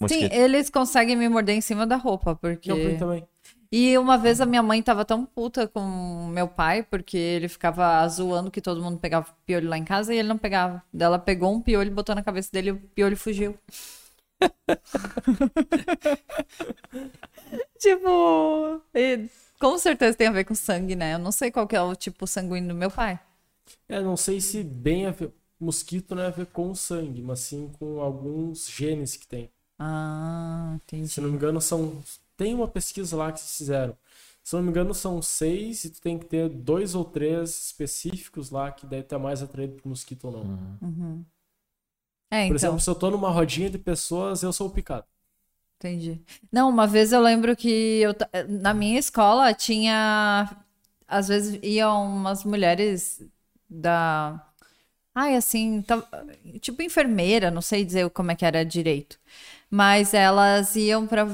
Mosquito.
eles conseguem me morder em cima da roupa, porque.
Não, pra mim um também.
E uma vez a minha mãe tava tão puta com meu pai, porque ele ficava zoando que todo mundo pegava piolho lá em casa e ele não pegava. Daí Ela pegou um piolho, botou na cabeça dele e o piolho fugiu. *laughs* tipo, e com certeza tem a ver com sangue, né? Eu não sei qual que é o tipo sanguíneo do meu pai.
É, não sei se bem a ver, mosquito não é a ver com o sangue, mas sim com alguns genes que tem.
Ah,
Se
entendi.
não me engano, são. Tem uma pesquisa lá que eles fizeram. Se não me engano, são seis e tu tem que ter dois ou três específicos lá que daí tu é mais atraído por mosquito ou não.
Hum.
É, então.
Por exemplo, se eu tô numa rodinha de pessoas, eu sou o picado.
Entendi. Não, uma vez eu lembro que eu, ta- eh, na minha escola tinha. Às vezes iam umas mulheres da. Ai, assim, ta- tipo enfermeira, não sei dizer como é que era direito. Mas elas iam pra.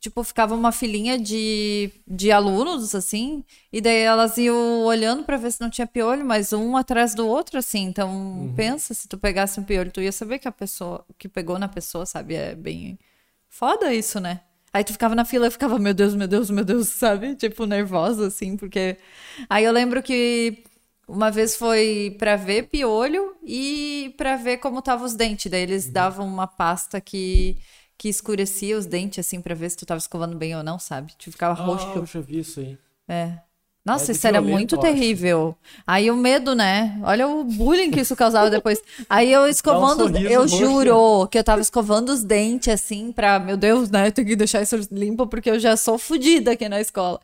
Tipo, ficava uma filinha de, de alunos, assim, e daí elas iam olhando pra ver se não tinha piolho, mas um atrás do outro, assim. Então, pensa, se tu pegasse um piolho, tu ia saber que a pessoa que pegou na pessoa, sabe? É bem. Foda isso, né? Aí tu ficava na fila e ficava, meu Deus, meu Deus, meu Deus, sabe? Tipo, nervosa, assim, porque. Aí eu lembro que uma vez foi pra ver piolho e pra ver como tava os dentes. Daí eles davam uma pasta que, que escurecia os dentes, assim, pra ver se tu tava escovando bem ou não, sabe? Tu ficava Tá roxo.
Ah, eu já vi isso aí.
É. Nossa,
de
isso era
violento,
muito
eu acho.
terrível. Aí o medo, né? Olha o bullying que isso causava depois. Aí eu escovando,
um sorriso
eu
roxo.
juro que eu tava escovando os dentes assim pra, meu Deus, né? Eu tenho que deixar isso limpo porque eu já sou fodida aqui na escola.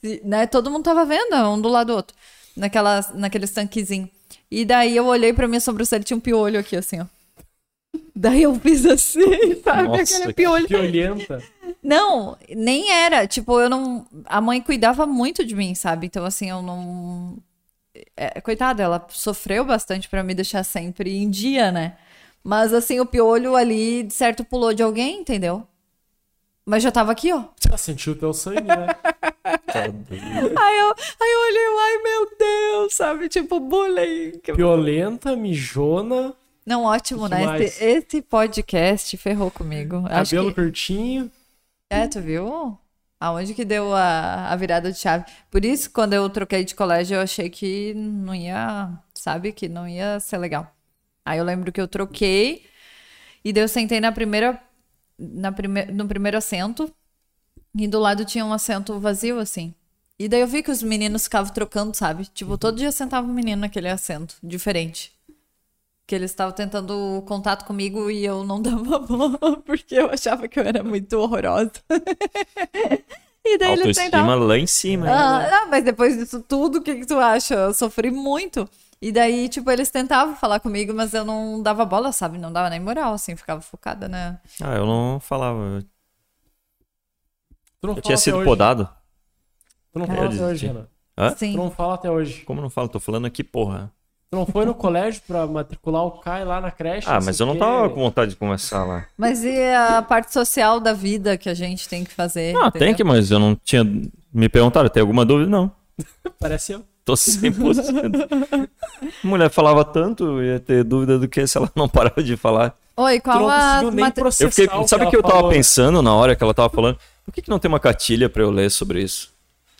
Se- né? Todo mundo tava vendo, um do lado do outro, naquela, naquele tanquezinho. E daí eu olhei pra minha sobrancelha e tinha um piolho aqui assim, ó. *laughs* Daí eu fiz assim, *laughs* sabe?
Nossa,
Aquele
que
piolho.
Piolenta. *laughs*
Não, nem era. Tipo, eu não. A mãe cuidava muito de mim, sabe? Então, assim, eu não. É, coitada, ela sofreu bastante pra me deixar sempre em dia, né? Mas, assim, o piolho ali, de certo, pulou de alguém, entendeu? Mas já tava aqui, ó.
Ah, sentiu teu sangue,
*laughs*
né?
*laughs*
Aí eu, aí eu olhei, eu, ai meu Deus, sabe? Tipo, bullying. que-
Piolenta, mijona,
Não, ótimo, né?
Demais.
Esse, esse podcast ferrou comigo. Acho
cabelo
que...
curtinho.
É, tu viu? Aonde que deu a, a virada de chave? Por isso, quando eu troquei de colégio, eu achei que não ia, sabe, que não ia ser legal. Aí eu lembro que eu troquei e daí eu sentei na primeira, na prime, no primeiro assento e do lado tinha um assento vazio, assim. E daí eu vi que os meninos ficavam trocando, sabe? Tipo, todo dia sentava um menino naquele assento, diferente. Que eles estavam tentando contato comigo e eu não *laughs* dava bola, porque eu achava que eu era muito horrorosa. *laughs* e daí eles tentavam
Autoestima lá em cima.
ah, não, mas depois disso tudo, o que, que tu acha? Eu sofri muito. E daí, tipo, eles tentavam falar comigo, mas eu não dava bola, sabe? Não dava nem moral, assim, ficava focada, né?
Ah, eu não falava.
Tu não
Eu
fala
tinha
até
sido
hoje.
podado. né?
Tu não
Eu
fala até hoje,
desisti.
Renan.
Hã?
Tu
Sim.
não fala até hoje.
Como eu não falo? Tô falando aqui, porra.
Tu não foi no colégio pra matricular o Kai lá na creche?
Ah,
não
mas
sei
eu não
o
tava
quê.
com vontade de conversar lá.
Mas e a parte social da vida que a gente tem que fazer?
Ah, tem que, mas eu não tinha. Me perguntaram, tem alguma dúvida? Não.
Parece eu.
Tô 100%. Mulher falava tanto, eu ia ter dúvida do que se ela não parava de falar.
Oi,
Tu
qual
não
a.
conseguiu nem
matri-
processar
Eu fiquei,
o que
sabe o
ela
que eu tava
falou, né?
pensando na hora que ela tava falando? Por que, que não tem uma cartilha pra eu ler sobre isso?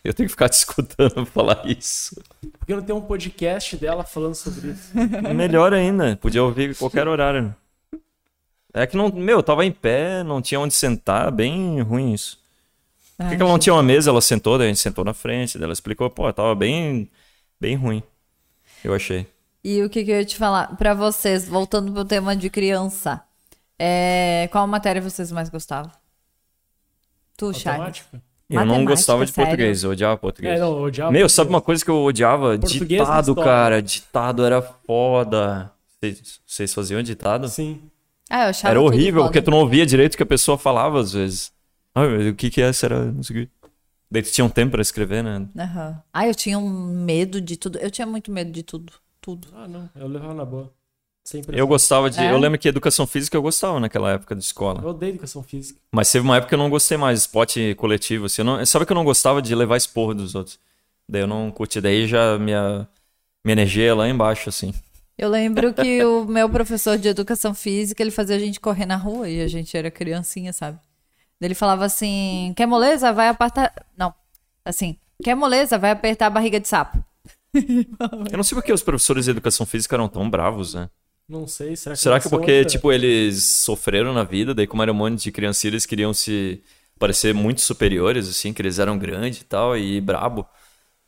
Eu tenho que ficar te *laughs* escutando falar isso.
Porque não tem um podcast dela falando sobre isso.
Melhor ainda, podia ouvir em qualquer horário. É que não, meu, eu tava em pé, não tinha onde sentar, bem ruim isso. Por
Ah,
que, que ela não tinha uma mesa? Ela sentou, daí a gente sentou na frente, daí ela explicou, pô, tava bem, bem ruim. Eu achei.
E o que, que eu ia te falar? Pra vocês, voltando pro tema de criança, é... qual matéria vocês mais gostavam? Tu, Charles.
Automático.
Eu não
Matemática,
gostava de
sério?
português, eu odiava português.
É, não, eu odiava.
Meu, sabe uma coisa que eu odiava?
Português e
ditado,
história.
cara. Ditado era foda. Vocês- Vocês faziam ditado?
Sim.
Ah, eu achava
Era
tudo
horrível,
foda.
porque tu não ouvia direito o que a pessoa falava às vezes. Ah, mas o que que é? Será? Não sei o quê. Daí tu tinha um tempo pra escrever, né?
Aham. Ah, eu tinha um medo de tudo. Eu tinha muito medo de tudo. Tudo.
Ah, não. Eu levava na boa. Sempre.
Eu gostava de.
É?
Eu lembro que educação física eu gostava naquela época de escola.
Eu odeio educação física.
Mas teve uma época que eu não gostei mais, esporte coletivo, assim. eu não- sabe que eu não gostava de levar esporro dos outros. Daí eu não curti, daí já minha, minha energia ia lá embaixo, assim.
Eu lembro que o meu professor de educação física, ele fazia a gente correr na rua e a gente era criancinha, sabe? Ele falava assim: quer moleza? Vai apartar. Não. Assim, quer moleza? Vai apertar a barriga de sapo.
Eu não sei porque os professores de educação física eram tão bravos, né?
Não sei. Será que
Será que
aconteceu
porque,
outra?
tipo, eles sofreram na vida, daí como era um monte de criancinha, eles queriam se parecer muito superiores, assim, que eles eram grandes e tal, e brabo.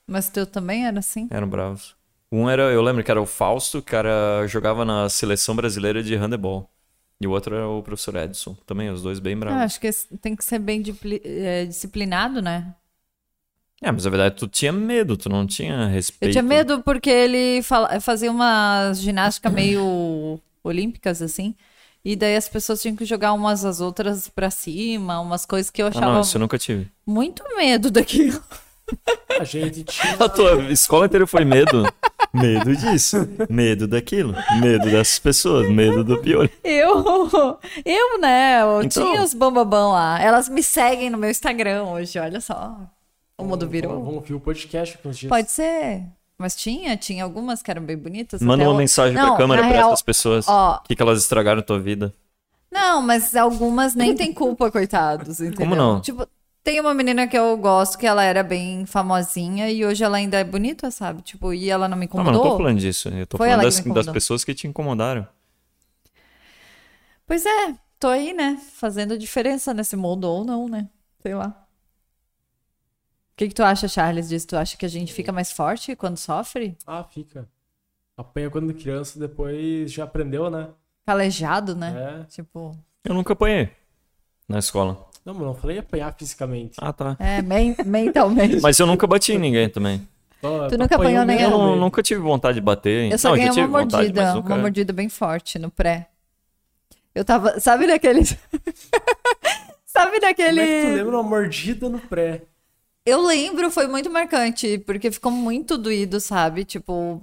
Mas teu também era assim?
Eram bravos. Um era, eu lembro que era o Fausto, que era, jogava na seleção brasileira de handebol. E o outro era o professor Edson. Também, os dois bem
Ah,
bravos.
acho que esse- tem que ser bem dipli- eh, disciplinado, né?
É, mas na verdade tu tinha medo, tu não tinha respeito.
Eu tinha medo porque ele fala- fazia uma ginástica meio olímpicas, assim. E daí as pessoas tinham que jogar umas às outras pra cima, umas coisas que eu
Ah,
achava
não, isso eu nunca tive. *laughs*
muito medo *laughs* daquilo.
A gente tinha.
A tua escola inteira foi
*laughs*
medo. medo disso, medo daquilo, medo dessas pessoas, medo do pior.
Eu, *laughs* eu, né? Eu
Então.
tinha os bambambam lá. Elas me seguem no meu Instagram hoje, olha só. *laughs* O mundo virou.
Vamos ouvir o podcast com os dias.
Pode ser. Mas tinha, tinha algumas que eram bem bonitas.
Manda
até
uma
o-
mensagem
Não,
pra câmera
na
pra
real,
essas pessoas.
ó.
O que, que elas estragaram na tua vida?
Não, mas algumas nem têm culpa, *laughs* coitados, entendeu?
Como não?
Tipo, tem uma menina que eu gosto que ela era bem famosinha e hoje ela ainda é bonita, sabe? Tipo, e ela não me
Não, Tá, Ah, mas não tô
incomodou.
falando disso. Eu tô
Foi
falando
ela que
das,
me
das
incomodou.
pessoas que te incomodaram.
pois é, Tô aí, né? Fazendo diferença nesse mundo ou não, né? Sei lá. O que, que tu acha, Charles, disso? Tu acha que a gente fica mais forte quando sofre?
Ah, fica. Apanha quando criança, depois já aprendeu, né?
Calejado, né?
É.
Tipo,
Eu nunca apanhei na escola.
Não, mas não falei apanhar fisicamente.
Ah, tá.
é, men- *laughs* mentalmente.
Mas eu nunca bati em ninguém também.
Só-
Tu
só
nunca apanhou
Eu
ninguém?
mentalmente.
não- nunca tive vontade de bater.
Eu só
não, eu
ganhei
já tive
uma
vontade,
mordida,
mas nunca...
uma mordida bem forte no pré. Eu tava, sabe daqueles *laughs* Sabe
Como
daquele
é que tu é lembra uma mordida no pré?
Eu lembro, foi muito marcante, porque ficou muito doído, sabe? Tipo,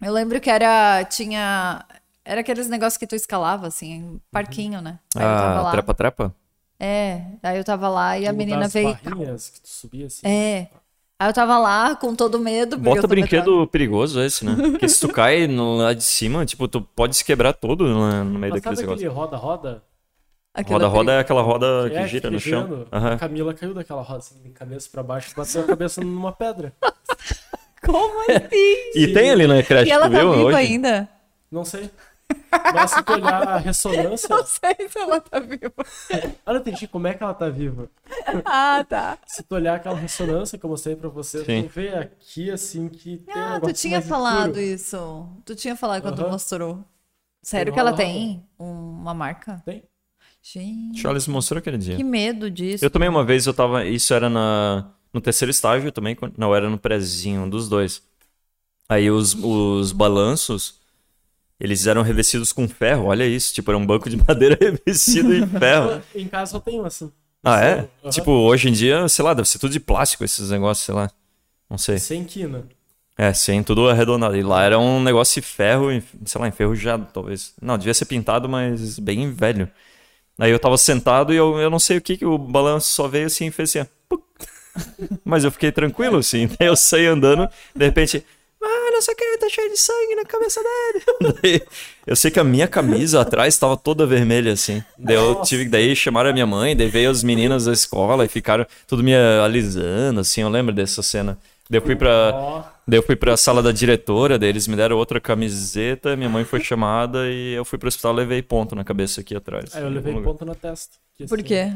eu lembro que era tinha era aqueles negócios que tu escalava assim, parquinho, né? Aí eu tava
Uhum. Ah,
lá.
trepa-trepa?
É, aí eu tava lá e a
Tu
menina
das
veio
barrinhas que tu subia assim.
É. Aí eu tava lá com todo medo, porque eu
Bota
sou
brinquedo
medrosa.
perigoso esse, né? Porque se
*laughs*
tu cai no, lá de cima, tipo, tu pode se quebrar todo lá no meio
Mas
daqueles
sabe
negócios.
aquele roda-roda?
Aquilo é
Roda-roda é aquela roda que
É,
gira
fica
no chão.
girando.
Aham.
A Camila caiu daquela roda assim, de cabeça pra baixo, bateu a cabeça numa pedra.
perigo.
*laughs*
Como assim?
E tem ali na creche,
e ela
tu
tá
viu
viva
hoje?
ainda?
Não sei. Mas se tu olhar a ressonância.
Não sei se ela tá viva.
*laughs* Eu não entendi como é que ela tá viva.
Ah, tá.
Se tu olhar aquela ressonância que eu mostrei pra você,
Sim.
tu vê aqui assim que tem um
Ah, tu
negócio
tinha
mais
falado
escuro.
isso. Tu tinha falado quando tu
Aham.
mostrou. Sério
Tem um
que ela
uma-
tem um, uma marca?
Tem?
Gente,
Charles mostrou aquele dia.
que medo disso.
Eu também uma vez eu tava. Isso era na, no terceiro estágio também. quando- Não, era no prezinho, um dos dois. Aí os, os balanços. Eles eram revestidos com ferro, olha isso. Tipo, era um banco de *laughs* madeira revestido em ferro.
Em casa eu tenho assim.
Ah, é?
Aham.
Tipo, hoje em dia, sei lá, deve ser tudo de plástico esses negócios, sei lá. Não sei.
Sem quina.
É, sim, tudo arredondado. E lá era um negócio de ferro, em- sei lá, enferrujado, talvez. Não, devia ser pintado, mas bem velho. Aí eu tava sentado e eu, eu não sei o que, que o balanço só veio assim e fez assim. ó, puc. *laughs* Mas eu fiquei tranquilo, assim. *laughs* Daí eu saí andando, de repente. Ah, não sei o que, tá cheio de sangue na cabeça dele. *laughs* Daí, eu sei que a minha camisa atrás tava toda vermelha, assim. Daí eu
Nossa.
tive que daí chamaram a minha mãe, daí veio as meninas da escola e ficaram tudo me alisando, assim, eu lembro dessa cena. Daí eu fui pra.
Ó.
Daí eu fui pra sala da diretora, daí eles me deram outra camiseta, minha mãe foi chamada e eu fui pro hospital levei ponto na cabeça aqui atrás.
Aí eu
em
levei
algum lugar.
ponto na testa. Que,
Por
assim,
quê?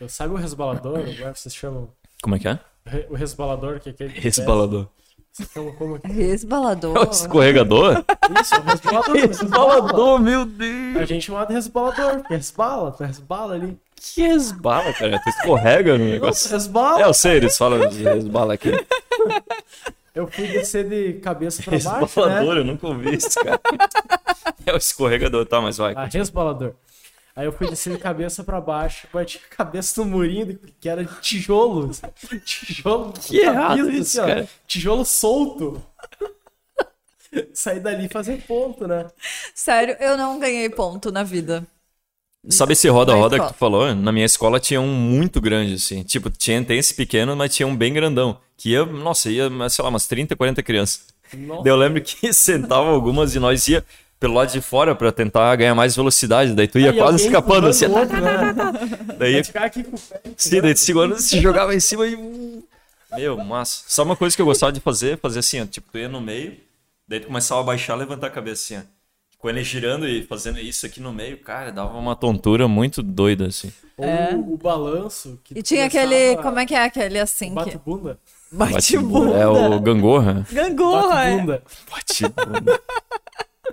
Eu, sabe o resbalador? Como é que vocês chamam?
Como é que é?
Re- O resbalador, que é aquele. que
Resbalador.
desce? Vocês chamam como que.
É
Resbalador.
o escorregador?
Isso, é o
*laughs*
resbalador. *laughs* resbalador.
resbalador, meu
A
Deus!
gente chama de resbalador, porque resbala, tu resbala ali.
Que resbala, cara. Tu escorrega no
Nossa,
negócio.
resbala.
É, eu sei, eles falam de resbala aqui.
Eu fui descer de cabeça pra baixo, né?
É Resbalador, eu nunca ouvi isso, cara. É o escorregador, tá, mas vai.
Ah, resbalador. Aí eu fui descer de cabeça pra baixo, bati a cabeça no murinho, do- que era de tijolo. *laughs* sabe? Tijolo assim,
Que errado isso,
ó.
cara.
Tijolo solto. Saí dali e fazer ponto, né?
Sério, eu não ganhei ponto na vida.
Sabe esse roda-roda
Na
que tu falou? Na minha escola tinha um muito grande, assim. Tipo, tinha, tem esse pequeno, mas tinha um bem grandão. Que ia, nossa, ia, sei lá, umas 30, 40 crianças.
Nossa.
Daí eu lembro que *laughs* sentava algumas e nós ia pelo lado de fora pra tentar ganhar mais velocidade. Daí tu ia
Aí
quase
alguém
escapando,
empurrando
assim.
o
Tá,
outro, né?
Daí ia
Vai ficar aqui com o pé.
Sim, daí tu segurando, se jogava em cima e. uh. Meu, massa. Só uma coisa que eu gostava de fazer, fazer assim, ó, tipo, tu ia no meio, daí tu começava a baixar, levantar a cabeça assim, ó. Com ele girando e fazendo isso aqui no meio, cara, dava uma tontura muito doida, assim.
Ou o balanço. Que
É. E tinha aquele. Como é que é aquele assim?
Bate
Que...
bunda.
Bate-bunda. É o gangorra.
Gangorra!
Bate
é.
bunda.
Bate-bunda. *laughs*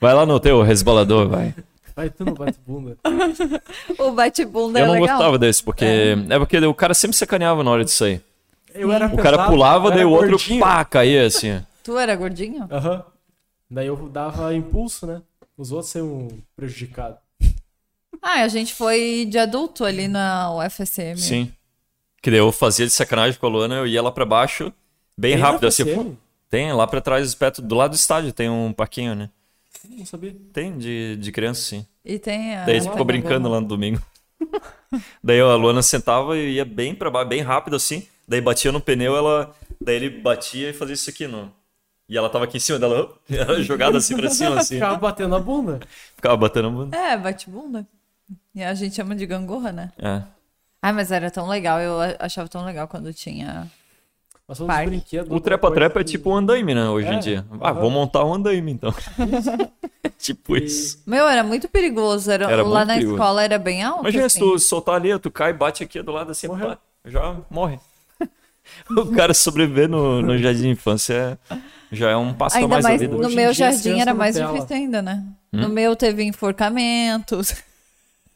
Vai lá no teu resbalador, vai.
Vai tu no bate bunda.
O bate-bunda é
eu não
legal.
gostava desse, porque. É. porque o cara sempre sacaneava na hora disso aí.
Eu era
O cara
pesado,
pulava,
eu era
daí o outro
gordinho.
pá, caía assim. ó.
Tu era gordinho?
Aham. Daí eu dava impulso, né? Os outros um seriam prejudicados.
Ah, a gente foi de adulto ali na UFSM.
Sim. Que daí eu fazia de sacanagem com a Luana, eu ia lá pra baixo, bem
Tem
rápido,
na
assim.
FCM?
pô. Tem lá pra trás, perto do lado do estádio, tem um parquinho, né?
Não sabia.
Tem de, de criança, sim.
E tem a.
Daí a gente ficou brincando lá no domingo. *laughs* Daí a Luana sentava e ia bem pra baixo, bem rápido assim. Daí batia no pneu, ela. Daí ele batia e fazia isso aqui, não. E ela tava aqui em cima *laughs* dela, ó, era jogada assim pra cima, assim.
Ficava batendo a bunda.
Ficava batendo a bunda.
É, bate-bunda. E a gente chama de gangorra, né?
É.
Ah, mas era tão legal, eu a- achava tão legal quando tinha.
Mas são
Parque.
uns brinquedos.
é O trepa-trepa é tipo um andaime, tipo um né? Hoje
É.
em dia. Ah,
Aham.
vou montar um andaime então. *laughs* tipo isso.
Meu, era muito perigoso. Era,
Era
lá
muito
na
perigoso.
escola era bem alto.
*laughs* Imagina
assim.
se tu soltar ali, tu cai, bate aqui do lado assim,
Morreu.
pá, já morre. *laughs* o cara sobreviver no, no jardim de infância é- já é um passo a
Ainda
mais Hum?
mais
da vida.
no
Hoje em
meu
dia, as
jardim
crianças
era
na
mais
tela.
difícil ainda, né? No meu teve enforcamentos,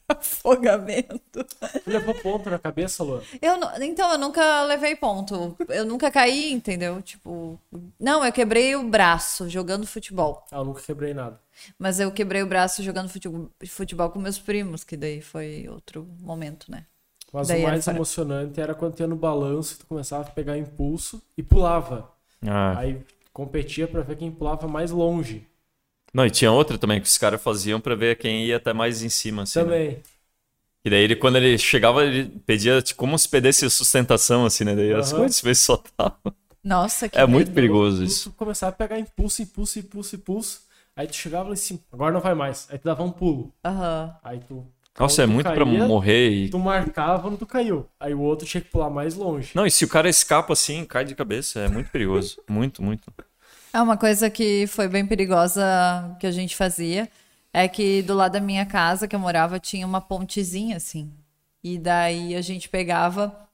*laughs* afogamento.
Tu Um levou ponto na cabeça, Luan?
Eu nu- então, eu nunca levei ponto. Eu nunca caí, entendeu? Tipo, não, eu quebrei o braço jogando futebol.
Ah, eu nunca quebrei nada.
Mas eu quebrei o braço jogando fute- futebol com meus primos, que daí foi outro momento, né?
Mas
Daí
o
era
mais
fora.
emocionante era quando tinha no balanço, tu começava a pegar impulso e pulava.
Ah.
Aí competia pra ver quem pulava mais longe.
Não, e tinha outra também que os caras faziam pra ver quem ia até mais em cima, assim. né?
Também.
E daí ele, quando ele chegava, ele pedia tipo, como se perdesse sustentação, assim, né? Daí as
Aham.
coisas vezes *laughs* soltavam.
Nossa, que
É muito
medo.
perigoso
Tu-
isso.
Tu começava a pegar impulso, impulso, impulso, impulso. Aí tu chegava lá em cima. Agora não vai mais. Aí tu dava um pulo.
Aham.
Aí tu.
Nossa, é
tu
muito pra
caía,
morrer e.
Tu marcava onde tu caiu. Aí o outro tinha que pular mais longe.
Não, e se o cara escapa assim, cai de cabeça, é muito
*laughs*
perigoso. muito, muito.
É uma coisa que foi bem perigosa que a gente fazia. É que do lado da minha casa, que eu morava, tinha uma pontezinha, assim. E daí a gente pegava.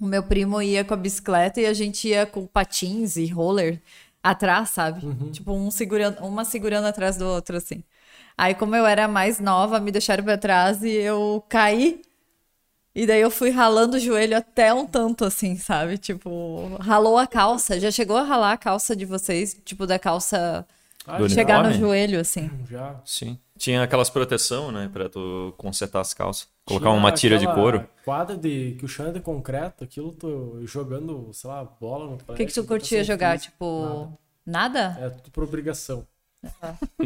O meu primo ia com a bicicleta e a gente ia com patins e roller atrás, sabe? Tipo, um segurando, uma segurando atrás do outro, assim. Aí, como eu era mais nova, me deixaram pra trás e eu caí. E daí eu fui ralando o joelho até um tanto, assim, sabe? Tipo, ralou a calça. Já chegou a ralar a calça de vocês? Tipo, da calça
Ah,
Do uniforme?
já,
chegar no joelho, assim.
já.
Sim. Tinha aquelas proteção, né? Pra tu consertar as calças. Colocar
Tinha
uma tira de
aquela *laughs*
couro. *laughs*
Quadra de, que o chão é de concreto, aquilo tu jogando, sei lá, bola no
O que, que tu curtia jogar? Tipo, nada?
É tudo por obrigação.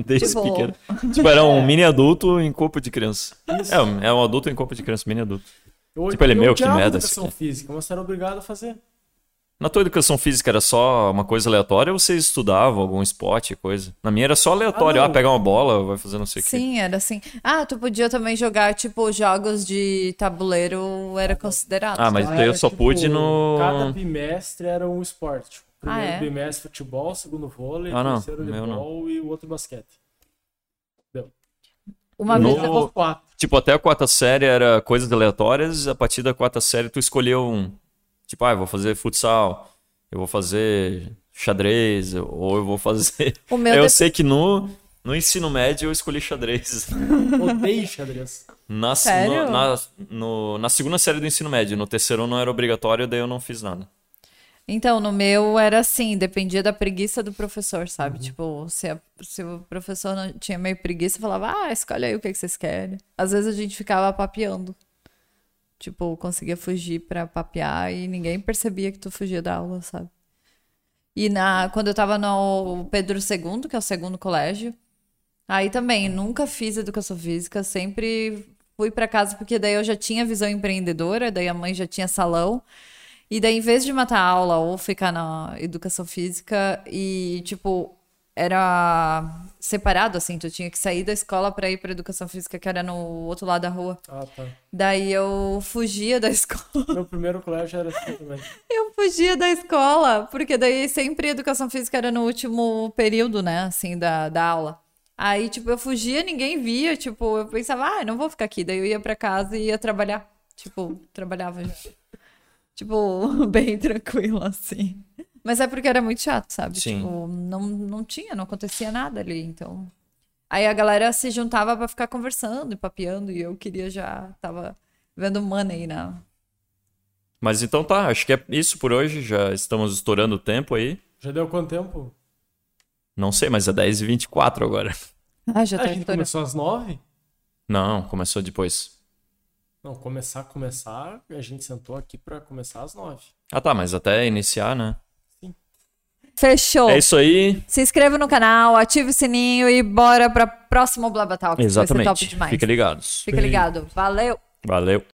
Desde
Tipo-
pequeno. Tipo, era
*laughs* É.
um mini adulto em corpo de criança. É, um- é um adulto em corpo de criança, mini adulto.
Eu,
Tipo, ele é
eu
meu, que
odiava
merda,
educação
assim.
física, mas tu era obrigado a fazer.
Na tua educação física era só uma coisa aleatória ou vocês estudavam algum esporte, coisa? Na minha era só aleatório.
Ah,
Ah,
não.
pegar uma bola, vai fazer não sei o É que.
Sim, era assim. Ah, tu podia também jogar, tipo, jogos de tabuleiro era considerado.
Ah, mas
né?
daí eu
Era,
só
tipo,
pude no.
Cada bimestre era um esporte. Tipo, primeiro
é?
bimestre futebol, segundo vôlei,
Ah, não.
terceiro
Meu não.
handball e o outro basquete.
Uma
no-
vez eu-
Levou quatro.
Tipo, até a quarta série era coisas aleatórias, a partir da quarta série tu escolheu um. Tipo, ah, eu vou fazer futsal, eu vou fazer xadrez, ou eu vou fazer.
O *laughs* meu
eu
dep-
sei que no, no ensino médio eu escolhi xadrez. *laughs*
Odeio xadrez.
Na,
Sério?
no- na, no- na segunda série do ensino médio, no terceiro não era obrigatório, daí eu não fiz nada.
Então, no meu era assim, dependia da preguiça do professor, sabe? Tipo, se, a- se o professor não tinha meio preguiça, falava, ah, escolhe aí o que, que vocês querem. Às vezes a gente ficava papeando. Tipo, conseguia fugir pra papear e ninguém percebia que tu fugia da aula, sabe? E na, quando eu tava no Pedro II, que é o segundo colégio, aí também nunca fiz educação física, sempre fui pra casa porque daí eu já tinha visão empreendedora, daí a mãe já tinha salão. E daí, em vez de matar a aula ou ficar na educação física, e tipo, era separado assim, tu tinha que sair da escola pra ir pra educação física, que era no outro lado da rua.
Ah, tá.
Daí eu fugia da *laughs* escola.
Meu primeiro colégio era assim também.
Eu fugia da escola, porque daí sempre educação física era no último período, né, assim, da, da aula. Aí, tipo, eu fugia, ninguém via, tipo, eu pensava, ah, eu não vou ficar aqui. Daí eu ia pra casa e ia trabalhar. Tipo, trabalhava já. Tipo, *laughs* bem tranquilo, assim. Mas é porque era muito chato, sabe?
Sim.
Tipo, não, não tinha, não acontecia nada ali, então. Aí a galera se juntava pra ficar conversando e papeando, e eu queria já, tava vendo money na,
Mas então tá, acho que é isso por hoje, já estamos estourando o tempo aí.
Já deu quanto tempo?
Não sei, mas é 10h24 agora. *laughs*
Ah, já
A
tá
gente
estourando.
começou às nove?
Não, começou depois.
Não, começar, começar, a gente sentou aqui pra começar às nove.
Ah tá, mas até iniciar, né?
Fechou.
É isso aí.
Se inscreva no canal, ative o sininho e bora pra próximo Blabatal, que vai ser top
Exatamente.
demais.
Fiquem ligados.
Fica ligado. Valeu!
Valeu.